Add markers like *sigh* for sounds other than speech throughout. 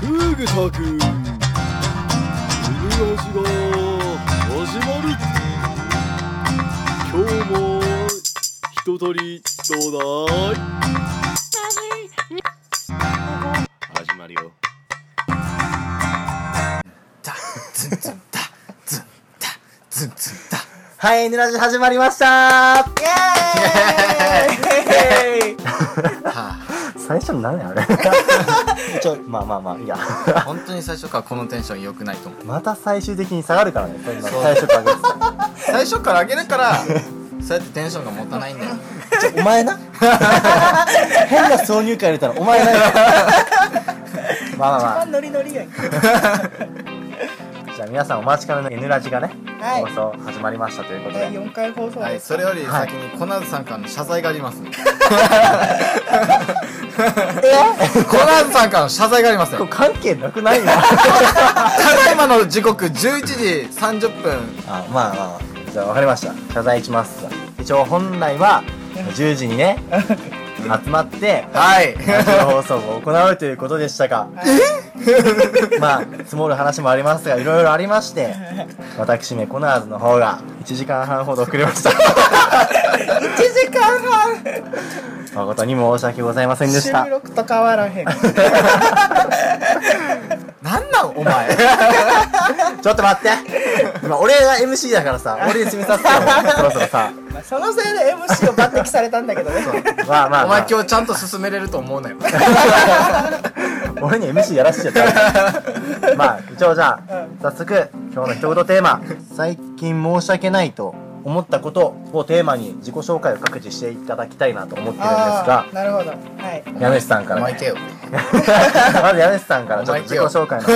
フグたくん犬ラジが始まる今日も一とりちょうだい始まるよズンズンタズンタズンズンタはい、ヌラジ始まりましたイ *laughs* エー最初の何あれ *laughs* ちょ、まあまあまあ、いや。イ本当に最初からこのテンション良くないと思うまた最終的に下がるからね、そんなそう最初から最初から上げるからそうやってテンションが持たないんだよちょお前な変な挿入歌入れたらお前なまあまあまあ。ノリノリやんじゃあ皆さんお待ちかねの N ラジがね、はい放送始まりましたということ第で。 4回放送はいです、それより先にコナズさんからの謝罪があります、コナズさんからの謝罪がありますこれよ関係なくない *laughs* なただいまの時刻11時30分あ、まあまあまあ。じゃあわかりました。謝罪します。一応本来は、10時に *laughs* ね、集まって、はいラジオ放送を行うということでしたが、 *laughs* まあ、積もる話もありますが、いろいろありま *laughs* して、私めコナーズの方が1時間半ほど遅れま *laughs* した。 1時間半誠に申し訳ございませんでした収。録と変わらへんなんなんお前ちょっと待 *laughs* って今、俺が MC だからさ、俺で締めさせて *laughs* よ、そろそろさ。まあそのせいで MC を抜擢されたんだけどねまあまあ、おま前あ、今日ちゃんと進めれると思うなよ俺に MC やらせちゃった。まあ、一応じゃあ、早速、今日の一言テーマ、最近申し訳ないと思ったことをテーマに自己紹介を各自していただきたいなと思ってるんですがあ、ーなるほどはい家主さんかおら、前ね行、けよ *laughs* まず家主さんからちょっと自己紹介の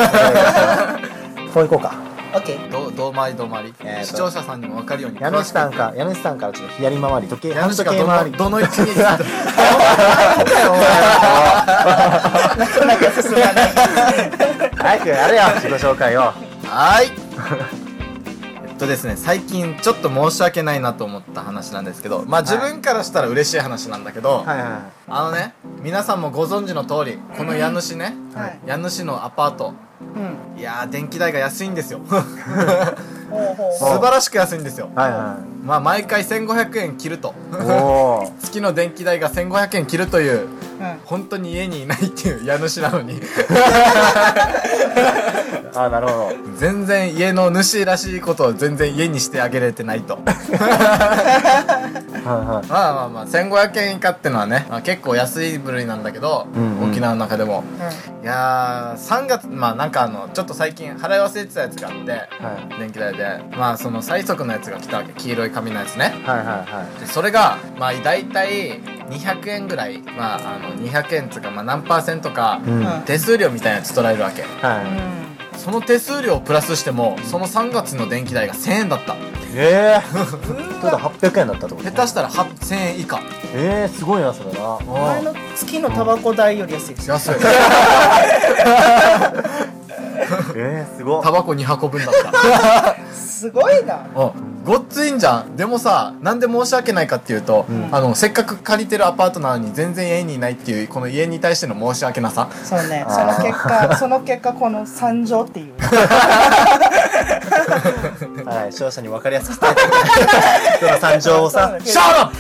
こういこうか OK どうどうまりどうまり、えーと視聴者さんにも分かるように家主さんか家主さんからちょっと左回り時計家主が時計回りどのどの位置 *laughs* になかなか進まない早くやれよ自己紹介をはい *laughs* えっとですね最近ちょっと申し訳ないなと思った話なんですけどまはあい自分からしたら嬉しい話なんだけど、はいはあのね皆さんもご存知の通りこの家主ね、はい家主のアパートうんいやー電気代が安いんで *laughs* すよほうほう素晴らしく安いんですよいはいはまあ毎回1500円切るといはいおお *laughs* 月の電気代が1500円切るといううん本当に家にいないっていう *laughs* 家主な *laughs* のにあーなるほど全然家の主らしいことを全然家にしてあげれてないとはいはいまあまあまあ1500円以下ってのはね、まあ、結構安い部類なんだけど、うんうん沖縄の中でもういやー3月まあなんかあのちょっと最近払い忘れてたやつがあって、は電気代でまあその最速のやつが来たわけ黄色い紙のやつねはいはでそれがまあ大体200円ぐらいまああの200円っつうかまあ何パーセントか、いはいうんんは手数料みたいなやつ取られるわけいんその手数料をプラスしてもその3月の電気代が1000円だったええー、ちょっと800円だったってこと下手したら8000円以下ええー、すごいなそれな前の月のタバコ代より安いです *laughs* 安いええー、すごタバコ2箱分だったすごいなうんごっついんじゃんでもさなんで申し訳ないかっていうと、んあのせっかく借りてるアパートなのに全然家にいないっていうこの家に対しての申し訳なさそうねそのあー結果 *laughs* その結果この惨状っていうはい視聴者に分かりやすく伝えて人の惨状をさシャーラッ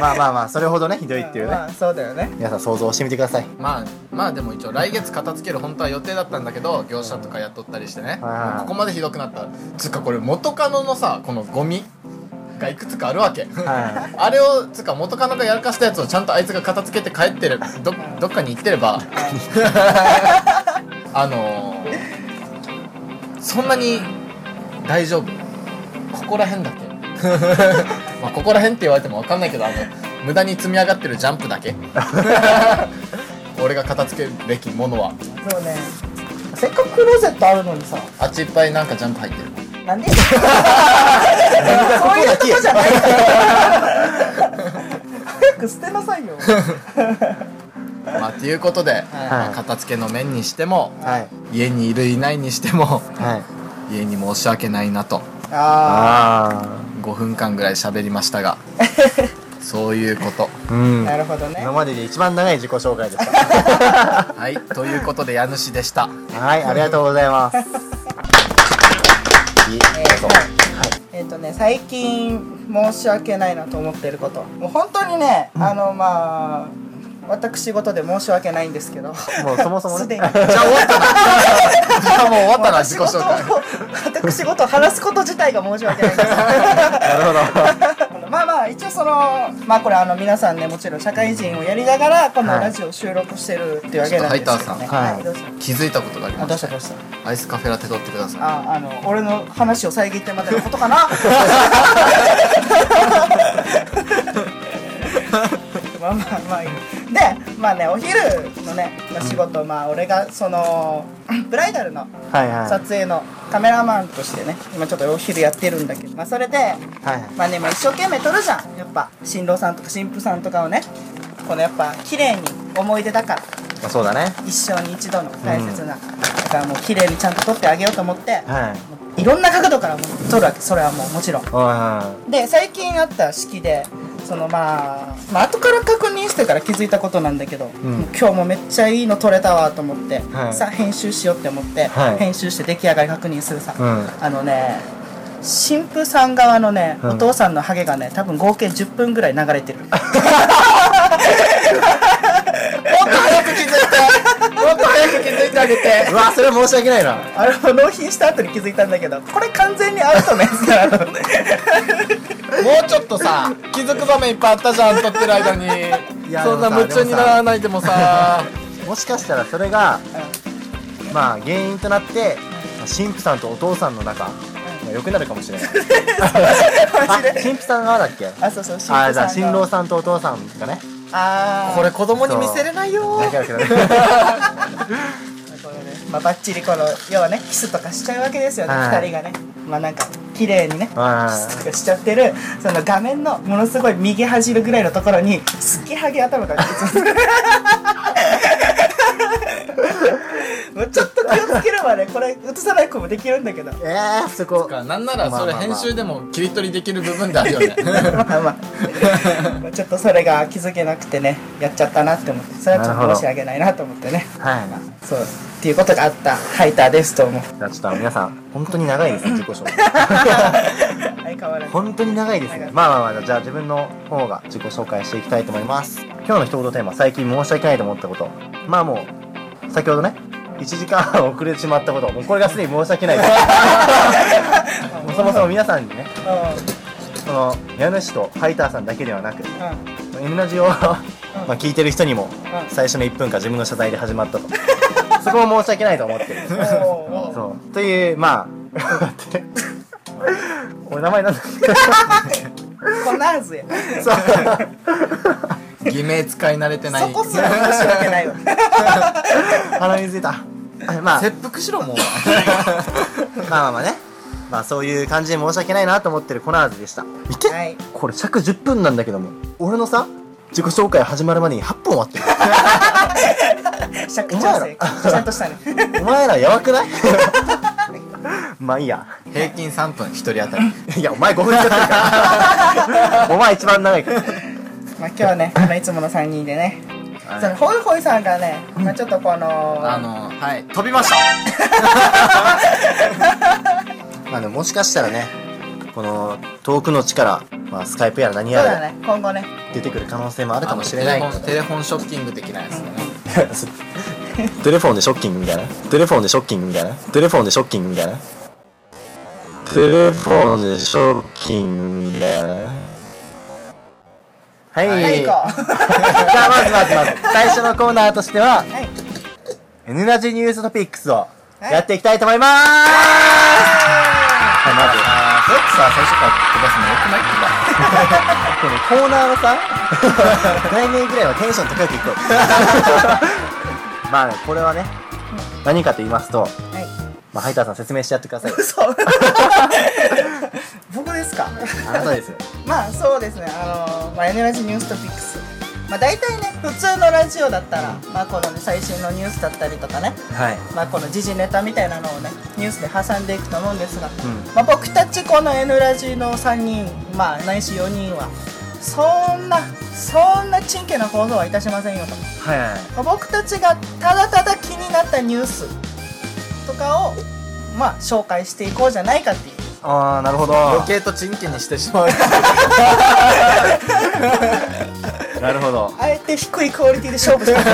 まあまあまあそれほどねひどいっていうね、まあそうだよね皆さん想像してみてくださいプまあまあでも一応来月片付ける本当は予定だったんだけど業者とか雇ったりしてね、はいはいはいここまでひどくなったつうかこれ元カノのさこのゴミがいくつかあるわけ、はあれをつうか元カノがやらかしたやつをちゃんとあいつが片付けて帰ってるどどっかに行ってればあのー、そんなに大丈夫ここら辺だけまあここら辺って言われても分かんないけどあの無駄に積み上がってるジャンプだけ俺が片付けるべきものはそうねせっかくクローゼットあるのにさあっちいっぱいなんかジャンプ入ってるなんで *laughs* そういうことじゃない早く捨てなさいよまあということで、まあ片付けの面にしてもいはい家にいるいないにしてもはい家に申し訳ないなと *laughs* ああ *laughs* 5分間ぐらい喋りましたがそういうことうんなるほどね今までで一番長い自己紹介でしたはいということで家主でしたはいありがとうございますいいえーはいえっ、とね最近申し訳ないなと思ってることもう本当にね、あのまあ私事で申し訳ないんですけどもうそもそもすでねにじゃあ終わったなじゃあもう終わったな自己紹介 *laughs* 私事を話すこと自体が申し訳ないんです *laughs* なるほどまあまあ一応そのまあこれあの皆さんねもちろん社会人をやりながらこのはいラジオを収録してるっていうわけなんですけど、ね、ちょっとハイターさんはいどうした *laughs* 気づいたことがありあまどうししたどたうしたアイスカフェラテ取ってくださいああの俺の話を遮ってまでのことかなまあまあまあいいでまあねお昼のね、まあ、仕事、まあ俺がそのブライダルのはいはい撮影のカメラマンとしてね今ちょっとお昼やってるんだけどまあそれではいはいまあね、まあ、一生懸命撮るじゃんやっぱ新郎さんとか新婦さんとかをねこのやっぱ綺麗に思い出だからまあそうだね一生に一度の大切な、だからもう綺麗にちゃんと撮ってあげようと思って、はいいろんな角度からも撮るわけそれはもうもちろんはで最近あった式でそのまあ、まあ後から確認してから気づいたことなんだけど、ん今日もめっちゃいいの撮れたわと思って、はいさあ編集しようって思って、はい編集して出来上がり確認するさ、うんあのね新婦さん側のね、うんお父さんのハゲがね多分合計10分ぐらい流れてるもっと早く気づいてもっと早く気づいてあげていうわそれは申し訳ないなあれも納品した後に気づいたんだけどこれ完全にアウトのやつだろう *laughs* ねもうちょっとさ気づく場面いっぱいあったじゃん撮ってる間にいやそんな夢中にならないでもさもしかしたらそれがまあ原因となってまあ神父さんとお父さんの仲が良くなるかもしれないあマジで神父さん側だっけあそうそう新婦さあんじゃがあ新郎さんとお父さんがねあーこれ子供に見せれない *laughs* よ仲良くなるこれねまあ、ばっちりこの要はねキスとかしちゃうわけですよね、はい2人がねまあなんか綺麗にねキはいスとかしちゃってるその画面のものすごい右端ぐらいのところにすっげえハゲ頭がついてるもうちょっと気をつければねこれ映さない子もできるんだけどえーそこなんならそれ編集でも切り取りできる部分であるよ *laughs* ねまあまあまあちょっとそれが気づけなくてねやっちゃったなって思ってそれはちょっと申し訳ないなと思ってねはいそうっていうことがあったハイターですと思うじゃあちょっと皆さん本当に長いですね自己紹介相変わらず本当に長いですねまあまあまあじゃあ自分の方が自己紹介していきたいと思います今日の一言テーマ最近申し訳ないと思ったことまあもう先ほどね1時間半遅れてしまったこともうこれがすでに申し訳ないですもうそもそも皆さんにねうその家主とハイターさんだけではなくんうん M ラジオを *laughs* まあ聞いてる人にも最初の1分間自分の謝罪で始まったとそこも申し訳ないと思ってるおーそうというまあ *laughs* 待って俺名前なんだっこんなはずや。け *laughs* そう偽名使い慣れてなそいこすら申し訳 *laughs* ないわ。鼻水出たはいまあ切腹しろもうまあまあまあねまあそういう感じで申し訳ないなと思ってるコナーズでした見て、はいこれ尺10分なんだけども俺のさ自己紹介始まるまでに8分終わってる尺調整。ちゃんとしたね。 *laughs* お前らやばくない *laughs* まあいいや平均3分1人当たりいやお前5分使ってる *laughs* からお前一番長いからまあ今日はね、まあいつもの三人でね。そのホイホイさんがね、まあちょっとこの、あのはい飛びました *laughs* まあでももしかしたらねこの遠くの地から、まあ、スカイプやら何そうやだらね、今後ね。出てくる可能性もあるかあものしテれなレいフォンテレフォンショッキング的なやつだねテレフォンでショッキングみたいなテレフォンでショッキングみたいなテレフォンでショッキングみたいなテレフォンでショッキングみたいなはい、はい、 *laughs* じ行ゃあこまずまずまず最初のコーナーとしては *laughs* う。はい。 N ラジニューストピックスをいやっていきたいと思いますはい、まず、よくさ、最初から飛ばすのよくないこのコーナーのさ、来年ぐらいはテンション高くいこう。 *laughs* まあね、これはね、何かと言いますと、はい。まあ、ハイターさん説明してやってください。 *laughs* 嘘。僕ですかあなたですよ。まあそうですね、あのまあ、エネラジーニューストピックス。まあ大体ね、普通のラジオだったら、まあこのね、最新のニュースだったりとかね、はい。まあ、この時事ネタみたいなのをねニュースで挟んでいくと思うんですが、んまあ、僕たちこの N ラジの3人、まあ、ないし4人はそんなそんなちんけな行動はいたしませんよはいはいはいと僕たちがただただ気になったニュースとかをまあ紹介していこうじゃないかっていうああなるほど余計とチンケにしてしまうなるほどあえて低いクオリティで勝負してます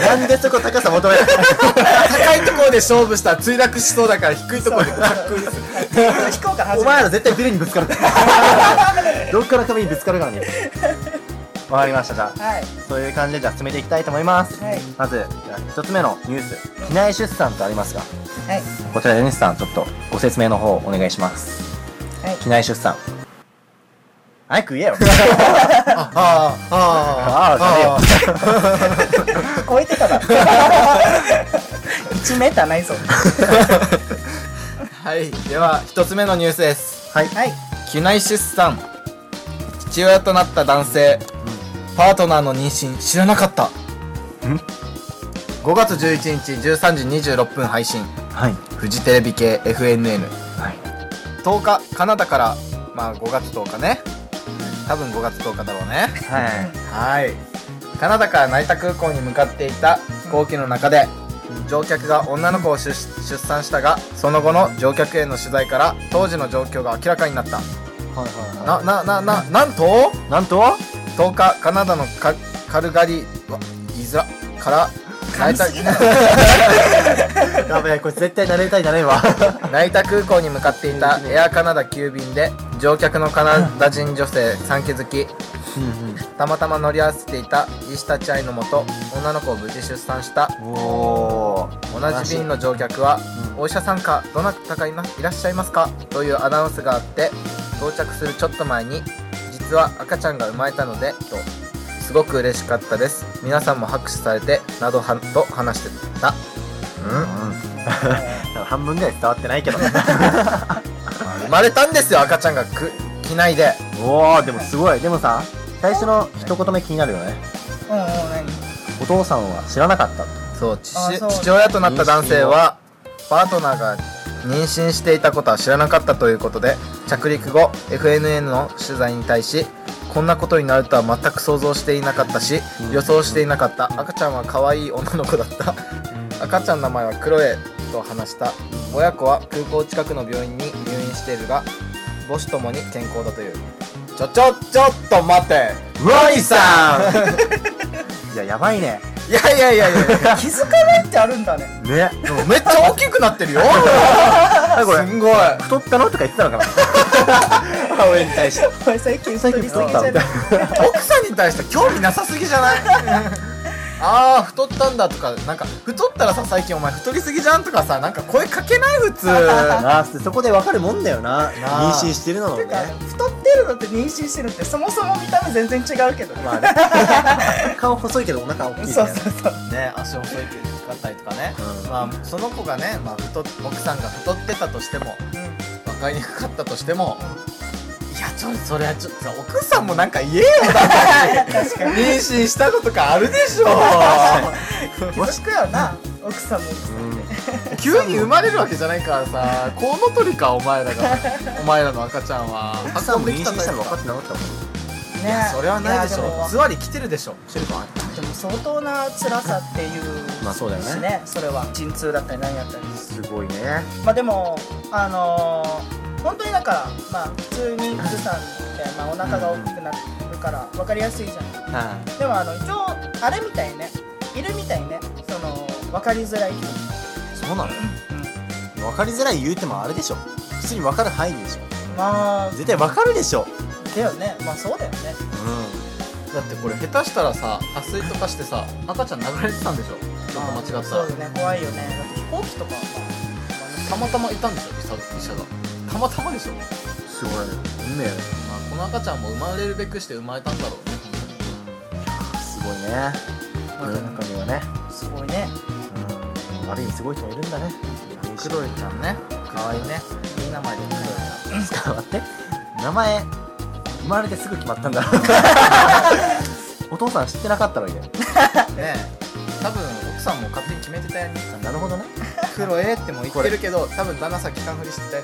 なんでそこ高さ求 *laughs* めない高いところで勝負したら墜落しそうだから低いところでかっこいいです飛行から始おめる前ら絶対ビルにぶつか *laughs* るどっから壁にぶつかるからねわかりましたじゃあはいそういう感じでじゃあ進めていきたいと思いますはいまずじゃあ一つ目のニュース機内出産とありますがはいこちらデニスさんちょっとご説明の方お願いしますはい機内出産早く言えよあ *laughs* あ *laughs* ああじゃね超えて *laughs* ただ1メーターないぞはいでは一つ目のニュースですはいはい機内出産父親となった男性、パートナーの妊娠知らなかったん5月11日13時26分配信はいフジテレビ系 FNN10 はい日カナダからまあ5月10日ね多分5月10日だろうねはいはいカナダから成田空港に向かっていた飛行機の中で乗客が女の子を出出産したがその後の乗客への取材から当時の状況が明らかになったはいはいなななななんとななんとは10日カナダのカカルガリーうわ言いづらから噛み成田すぎだやべえこれ絶対慣れたいなれ *laughs* んわ成田空港に向かっていたエアカナダ急便で乗客のカナダ人女性産気づきたまたま乗り合わせていたイシタチアイのもと女の子を無事出産したおー同じ便の乗客は「お医者さんかどなたかいないらっしゃいますか?」というアナウンスがあって到着するちょっと前に「実は赤ちゃんが生まれたので」と「すごく嬉しかったです皆さんも拍手されて」などはと話してたうん半分ぐらい伝わってないけ *laughs* ど生まれたんですよ赤ちゃんがく機内でおおでもすごいでもさ最初の一言目気になるよねうんうん何お父さんは知らなかったそう父あそう父親となった男性はパートナーが妊娠していたことは知らなかったということで着陸後 FNN の取材に対しこんなことになるとは全く想像していなかったしうん予想していなかった赤ちゃんは可愛い女の子だった赤ちゃんの名前はクロエと話した親子は空港近くの病院に入院しているが母子ともに健康だというちょちょちょっと待てロイさん *laughs* いややばいねいやいやいやいや *laughs* 気づかないってあるんだねねめっちゃ大きくなってるよこれ *laughs* すんごい太ったのとか言ってたのかな俺に対してお前最近太りすぎじゃない奥さんに対して興味なさすぎじゃない *laughs* ああ太ったんだとかなんか太ったらさ最近お前太りすぎじゃんとかさなんか声かけない普 *laughs* 通な *laughs* あそこで分かるもんだよななあ妊娠してるのもてねか太ってるのって妊娠してるのってそもそも見た目全然違うけどねまあね *laughs* 顔細いけどお腹大きいねそうそうそうね足細いかったりとかね、うんまあその子がね、まあ、太っ奥さんが太ってたとしてもうん分かりにくかったとしてもいやちょそれはちょっと奥さんもなんか言えよ *laughs* 確かに妊娠したことかあるでしょ気づくよな奥さんも急に生まれるわけじゃないか *laughs* らさコウノトリかお前らがお前らの赤ちゃんはうん朝も妊娠んしたの分かっかてなかったもんねそれはないでしやもょつわり来てるでしょしてるかでも相当な辛さっていうまあそうだよねしねそれは陣痛だったり何やったりすごいねまあでもあのー本当にだからまあ普通に富士山って、まあ、お腹が大きくなるから分かりやすいじゃんはでもあの一応あれみたいねいるみたいねその分かりづらい人、いそうなの分かりづらい言うてもあれでしょ普通に分かる範囲でしょまあ絶対分かるでしょだよねまあそうだよねうだってこれ下手したらさ破水とかしてさ赤ちゃん流れてたんでしょちょっと間違ったそうらだね怖いよねだって飛行機とかはたまたまいたんでしょ医者医者がたまたまでしょ、まんすごい運命あ、この赤ちゃんも生まれるべくして生まれたんだろうねすごいね世の中にはねまあすごいねうんある意味すごい人もいるんだねクロエちゃんね可愛いねいい名前でクロエちゃんちょっと待って名前生まれてすぐ決まったん *laughs* だお父さん知ってなかったわけねえ多分奥さんも勝手に決めてたよねなるほどね風呂えっても言ってるけど多分旦那さん期間振りしてたよ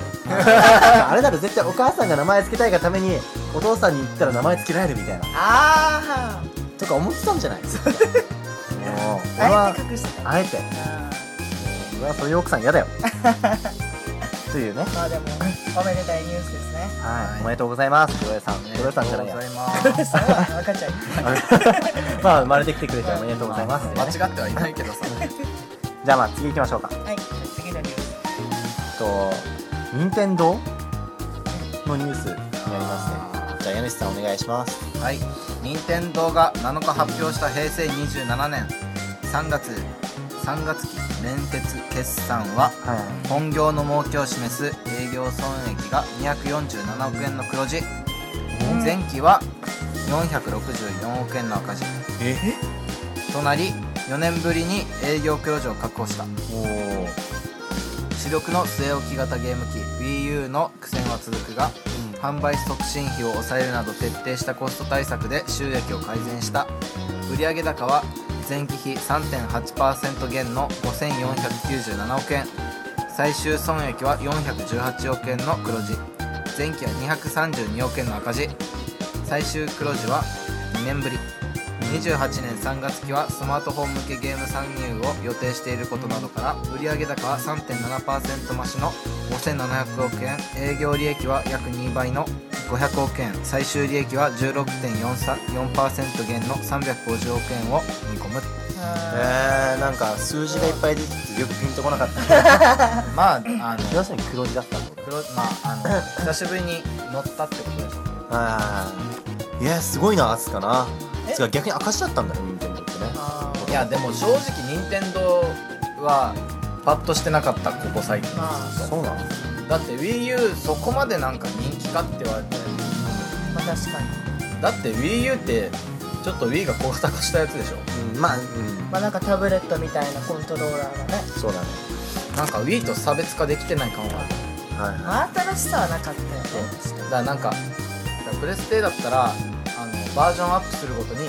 あれなら絶対お母さんが名前つけたいがためにお父さんに言ったら名前つけられるみたいなあとか思ってたんじ *laughs* ゃないもうあ俺あはえて隠してたあえてあ俺はそういう奥さん *laughs* 嫌だよというねーまあでもおめでたいニュースですねはいおめでとうございます黒江さん黒江さんじゃないや *laughs* ありがとうございますそうなの赤ちゃん *laughs* まあ生まれてきてくれておめでとうございます、間違 *laughs* ってはいないけどさじゃあまあ次行きましょうかはい次のニュースえっと任天堂のニュースになりますねじゃあ家主さんお願いしますはい任天堂が7日発表した平成27年3月3月期連結決算ははい本業の儲けを示す営業損益が247億円の黒字前期は464億円の赤字えとなり4年ぶりに営業黒字を確保したおー主力の据え置き型ゲーム機 WiiU の苦戦は続くが販売促進費を抑えるなど徹底したコスト対策で収益を改善した売上高は前期比3.8%減の5497億円最終損益は418億円の黒字前期は232億円の赤字最終黒字は2年ぶり28年3月期はスマートフォン向けゲーム参入を予定していることなどから売上高は3.7%増しの5700億円営業利益は約2倍の500億円最終利益は16.4%減の350億円を見込むあえー、なんか数字がいっぱい出てきてよくピンとこなかったまああの要するに黒字だったんだ黒まああの久しぶりに乗ったってことでしょあーいやすごいなつかなえつか逆に赤字だったんだよ任天堂ってねあーいやでも正直任天堂はパッとしてなかったここ最近まあそうなのだって WiiU そこまでなんか人気かって言われてまあ確かにだって WiiU ってちょっと Wii が小型化したやつでしょうんまあうんまあなんかタブレットみたいなコントローラーがねそうだねなんか Wii と差別化できてない感ははあるいはい真新しさはなかったよねだからなんかだからプレステだったらあのバージョンアップするごとに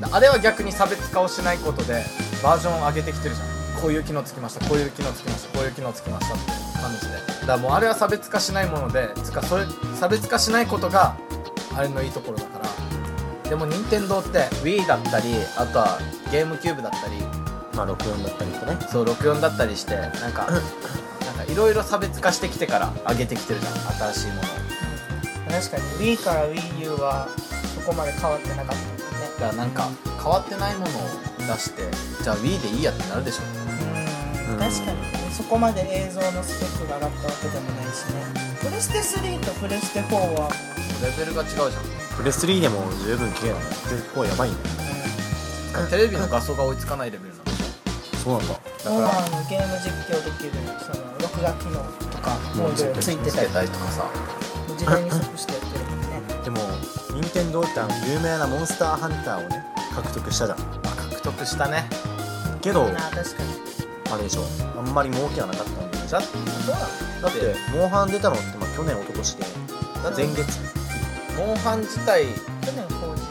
だあれは逆に差別化をしないことでバージョンを上げてきてるじゃんこういう機能つきましたこういう機能つきましたこういう機能つきましたっていう感じでだからもうあれは差別化しないものでつかそれ差別化しないことがあれのいいところだからでも任天堂って Wii だったりあとはゲームキューブだったりまあ64だったりとねそう64だったりしてなんかなんかいろいろ差別化してきてから上げてきてるじゃん新しいものを確かに Wii から WiiU はそこまで変わってなかったもだからなんか変わってないものを出してじゃあ Wii でいいやってなるでしょんねううんん確かにそこまで映像のスペックが上がったわけでもないしねプレステ3とプレステ4は、レベルが違うじゃプレス3でも十分綺麗なのプレス4やばいねんテレビの画素が追いつかないレベルなのそうなんだうん、もうあのゲーム実況できるその録画機能とかもういろいろついてたりたりとかさ時代に即してやってるもんねでも任天堂ってあの有名なモンスターハンターをね獲得したじゃんまあ獲得したねけどああ確かにあれでしょあんまり儲けはなかったんだよじゃそうなのだってモンハン出たのってまあ去年一昨年でだって前月モンハン自体去年工事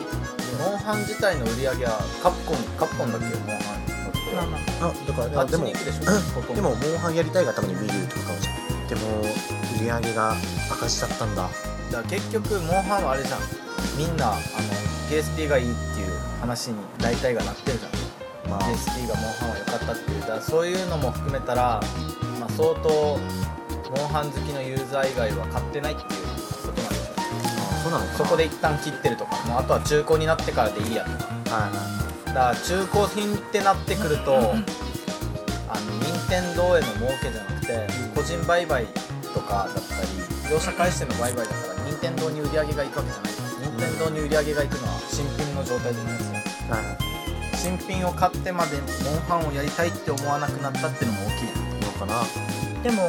モンハン自体の売り上げはカプコンカプコンだっけモンハンのところまあまああだからああっちでもに行くでしょほとんでどもモンハンやりたいがために WiiU とか買うじゃんでも売り上げが赤字だったんだだから結局モンハンはあれじゃんみんなあの PSP がいいっていう話に大体がなってるじゃんま PSP がモンハンは良かったっていうだからそういうのも含めたら、まあ、相当モンハン好きのユーザー以外は買ってないっていうことなんでしょうあそうなのかなそこで一旦切ってるとかもうあとは中古になってからでいいやとかはだから中古品ってなってくるとあの任天堂への儲けじゃなくて個人売買とかだったり業者会社の売買だから任天堂に売り上げがいくわけじゃない任天堂に売り上げがいくのは新品の状態じゃないですよいはいはい新品を買ってまでモンハンをやりたいって思わなくなったってのも大きいねどうかなでも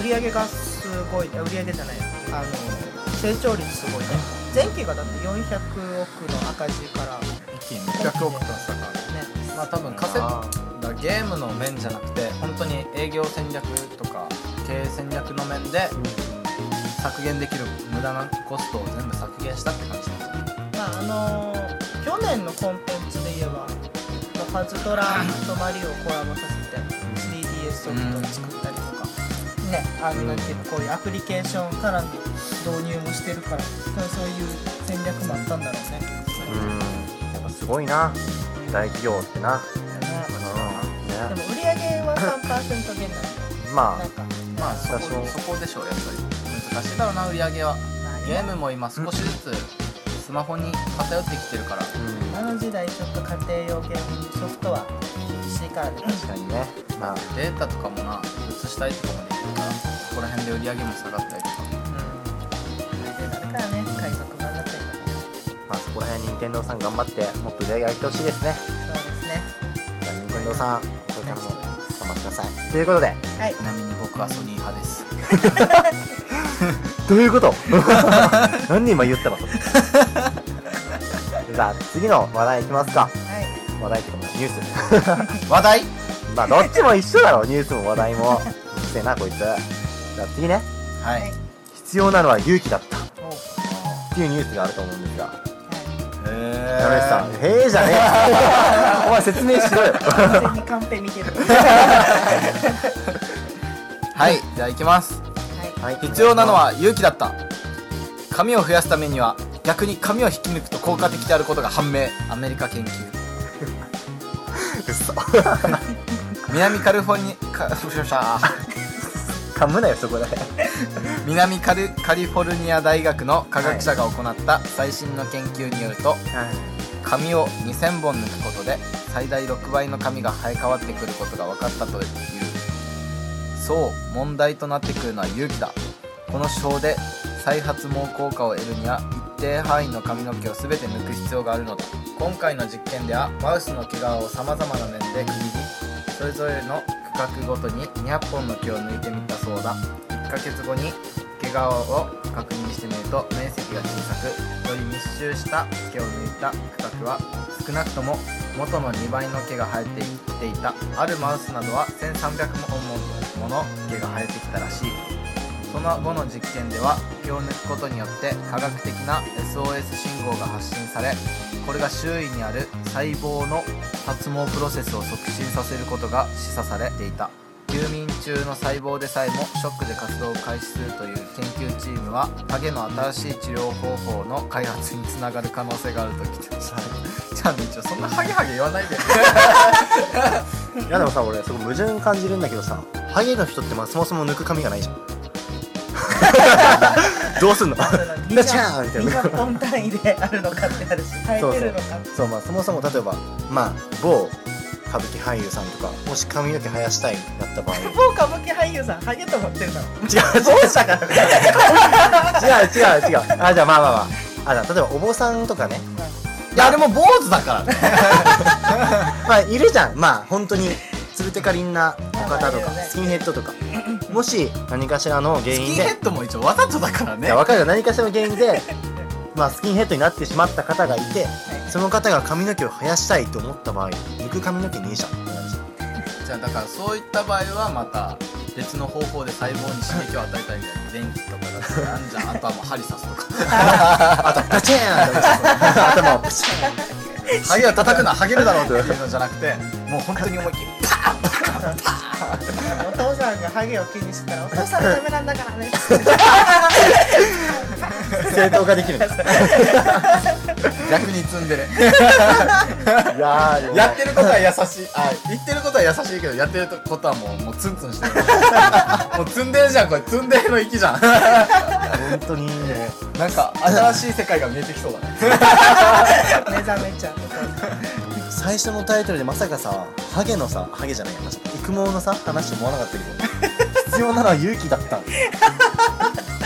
売り上げがすごいあ売り上げじゃないあの成長率すごいね前期がだって400億の赤字からね一気に600億としたからまあ多分カセットだゲームの面じゃなくて本当に営業戦略とか経営戦略の面で削減できる無駄なコストを全部削減したって感じなんですよねまああのー去年のコンテンツで言えばまあパズドラとマリオをコラボさせて 3DS しそういうことを作ったりとか、ねあのなんていうのこういうアプリケーションからの導入もしてるからそういう戦略もあったんだろうね。うんやっぱすごいな大企業ってなうんうでんねも売り上げは3%減だねまなんかまあそ多少こそこでしょうやっぱり難しいだろうな売り上げはゲームも今少しずつスマホに偏ってきてるからあうんあの時代ちょっと家庭用ゲームソフトは厳しいからね確かにねまあデータとかもな移したりとかもできるからそこら辺で売り上げも下がったりとかでだからね海賊版だったりとかまあそこら辺任天堂さん頑張ってもっと売り上げ上げてほしいですねそうですねじゃあ任天堂さんこれからも頑張ってくださいということではいちなみに僕はソニー派ですどういうこと *laughs* 何今言ったの *laughs* それじゃあ次の話題いきますかはい話題っていうかもうニュース *laughs* 話題 *laughs* まあどっちも一緒だろニュースも話題もうるせえなこいつじゃあ次ねはい、はい必要なのは勇気だったっおうていうニュースがあると思うんですがへダメさんへえじゃねえお *laughs* 前説明しろよはい完全にカンペ見 *laughs* てるはいじゃあ行きますはい必要なのは勇気だった髪を増やすためには逆に髪を引き抜くと効果的であることが判明アメリカ研究嘘南カリフォルニカ噛むなよそこで *laughs* 南カリカリフォルニア大学の科学者が行った最新の研究によると、髪を2000本抜くことで最大6倍の髪が生え変わってくることが分かったというそう問題となってくるのは勇気だこの手法で再発毛効果を得るには一定範囲の髪の毛を全て抜く必要があるのだ今回の実験ではマウスの毛皮をさまざまな面で区切りそれぞれの区画ごとに200本の毛を抜いてみたそうだ1ヶ月後に毛皮を確認してみると面積が小さくより密集した毛を抜いた区画は少なくとも元の2倍の毛が生えてきていたあるマウスなどは1300本もの毛が生えてきたらしいその後の実験では毛を抜くことによって科学的な SOS 信号が発信されこれが周囲にある細胞の発毛プロセスを促進させることが示唆されていた休眠中の細胞でさえもショックで活動を開始するという研究チームは影の新しい治療方法の開発につながる可能性があると期待したじゃあね一応そんなハゲハゲ言 *laughs* わないでいやでもさ俺すごい矛盾感じるんだけどさハゲの人ってまあそもそも抜く髪がないじ *laughs* ゃんどうすんのガチャーンみたいな200本単位であるのかってあるし生えてるのかそうまあそもそも例えばまあ某歌舞伎俳優さんとかもし髪の毛生やしたいだった場合違う違う某歌舞伎俳優さんハゲと思ってるだろ違うしたから違う違う違うあじゃあまあまあまああじゃあ例えばお坊さんとかねいやあれも坊主だからねまあいるじゃんまあ本当につるてかりんなおま方とあまあいるよかねスキンヘッドとかもし何かしらの原スキ因ンでヘッドも一応わざとだからいねやわかるよ何かしらの原因で、まあ、スキンヘッドになってしまった方がいてその方が髪の毛を生やしたいと思った場合抜く髪の毛ねえじゃんってなるじゃんじゃあだからそういった場合はまた別の方法で細胞に刺激を与えたりみたいな電気とかだったらあんじゃんあとはもう針刺すとかあとガチェーンって落ちてそう *laughs* 頭をプチーン *laughs* ハゲを叩くのはハゲるだろうっていうのじゃなくてもう本当に思いっきりお父さんがハゲを気にしてたらお父さんのためなんだから *laughs* ね正当化できるんです逆に積んでるいやーでもやってることは優しいあ言ってることは優しいけどやってることはもうもうツンツンして *laughs* るもう積んでるじゃんこれ積んでるの域じ *laughs* ゃん本当にねなんか新しい世界が見えてきそうだね目覚めちゃう最初のタイトルでまさかさハゲのさハゲじゃない話育毛のさ話思わなかったけど必要なのは勇気だった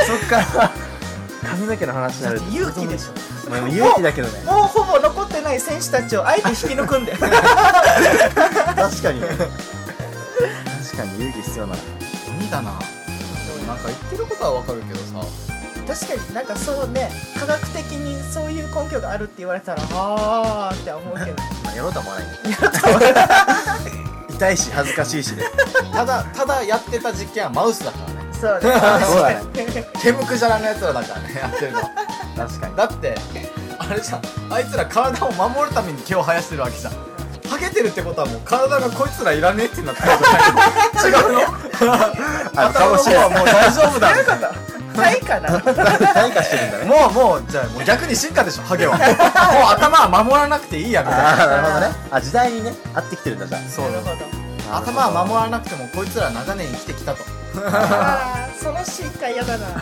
そっから髪の毛の話になる勇気でしょまあでも勇気だけどねもうほぼ残ってない選手たちをあえて引き抜くんだよ *laughs* 確かに確かに勇気必要なの鬼だななんか言ってることはわかるけどさ確かになんかそうね科学的にそういう根拠があるって言われたらあーって思うけど *laughs* まあやろうとは思わないね痛いし恥ずかしいしでただただやってた実験はマウスだからねそうそうねだねケムクジャラのやつらだからねやってる *laughs* の確かにだってあれじゃんあいつら体を守るために毛を生やしてるわけじゃんハゲってるってことはもう体がこいつらいらねえってなってる *laughs* あの、かもしれない。もう大丈夫だ。ないかな退化してるんだね。もうもうじゃあもう逆に進化でしょハ *laughs* ゲはもう頭は守らなくていいやみたいあなあ、なるほどね。あ、時代にね、合ってきてるんだ、じゃそうなるほどあ。頭は守らなくてもこいつら長年生きてきたとあーその進化嫌だな今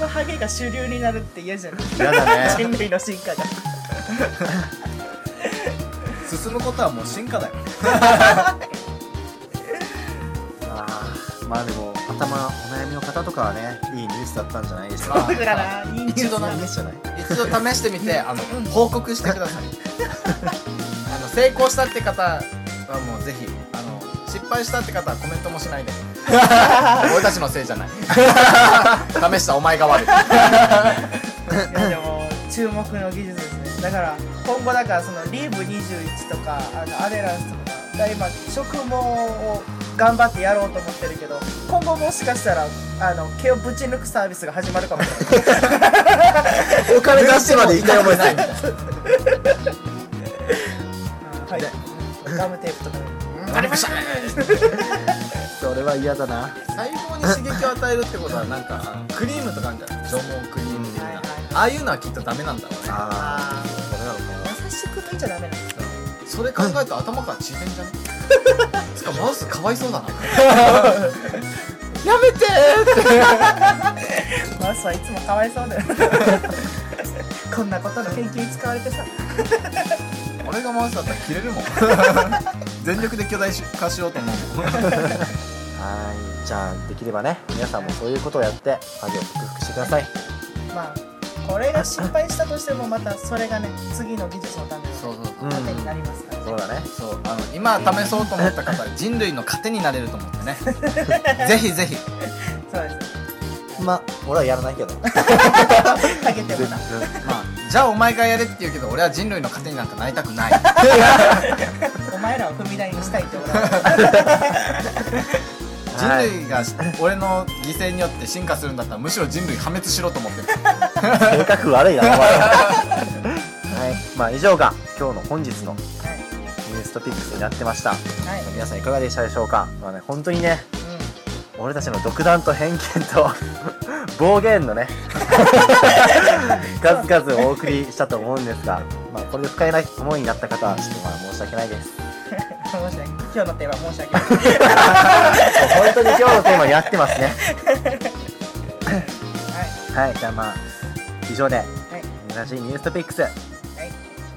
後ハゲが主流になるって嫌じゃない嫌だね。人類の進化が進むことはもう進化だよあーまあでも、頭、お悩みの方とかはね、いいニュースだったんじゃないでしょうあか。僕らないいニュース一度なだねいいじゃない。一度試してみてあの報告してくだ *laughs* さいあの成功したって方はもうぜひあの失敗したって方はコメントもしない *laughs* で俺たちのせい *laughs* じゃない試したお前が悪いいやでも注目の技術ですねだから今後だからそのリーブ21とかあのアデランスとかだから今植毛を頑張ってやろうと思ってるけど今後もしかしたらあの毛をぶち抜くサービスが始まるかもしれないお金出してまで痛い思いする。うんはいガムテープとかなりましたそれは嫌だな。細胞に刺激を与えるってことはなんかあのクリームとかあるじゃない縄文クリーム的はいなはいああいうのはきっとダメなんだろうあねああ、それなのかー優しくといちゃダメなのそれ考えると頭から血出んじゃね *laughs* つかマウスかわいそうだなやめてーマウスはいつもかわいそうだよこんなことの研究に使われてさ俺がマウスだったら切れ *laughs* るもん全力で巨大化しようと思うもんな。はーい。じゃあ、できればね、皆さんもそういうことをやって、ハゲを克服してください。まあこれが失敗したとしてもまたそれがね次の技術のためそうそううんの糧になりますから、ねそうだね。そうあの今試そうと思った方は人類の糧になれると思ってねぜひぜひそうですまあ、俺はやらないけど。かけてもなまあじゃあお前がやれって言うけど俺は人類の糧になんかなりたくないお前らを踏み台にしたいって俺 *laughs* は人類が俺の犠牲によって進化するんだったらむしろ人類破滅しろと思ってる性格悪いな、お前 *laughs* はい。まあ、以上が今日の本日のニはい、ューストピックスになってました。はい皆さんいかがでしたでしょうかまあね、本当にね、う俺たちの独断と偏見と *laughs* 暴言のね、 *laughs* 数々をお送りしたと思うんですが、まあ、これで不快な思いになった方は、ちょっとまあ申し訳ないです。ん、申し訳ない今日のテーマ申し訳ない本当に今日のテーマに合ってます *laughs* ね。はいはい、じゃあまあ、以上で、はい難しいニューストピックス、はい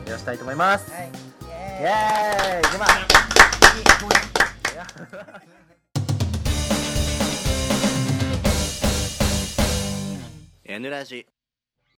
終了したいと思います。はいイエーイイエーイ行き *laughs* ますラジ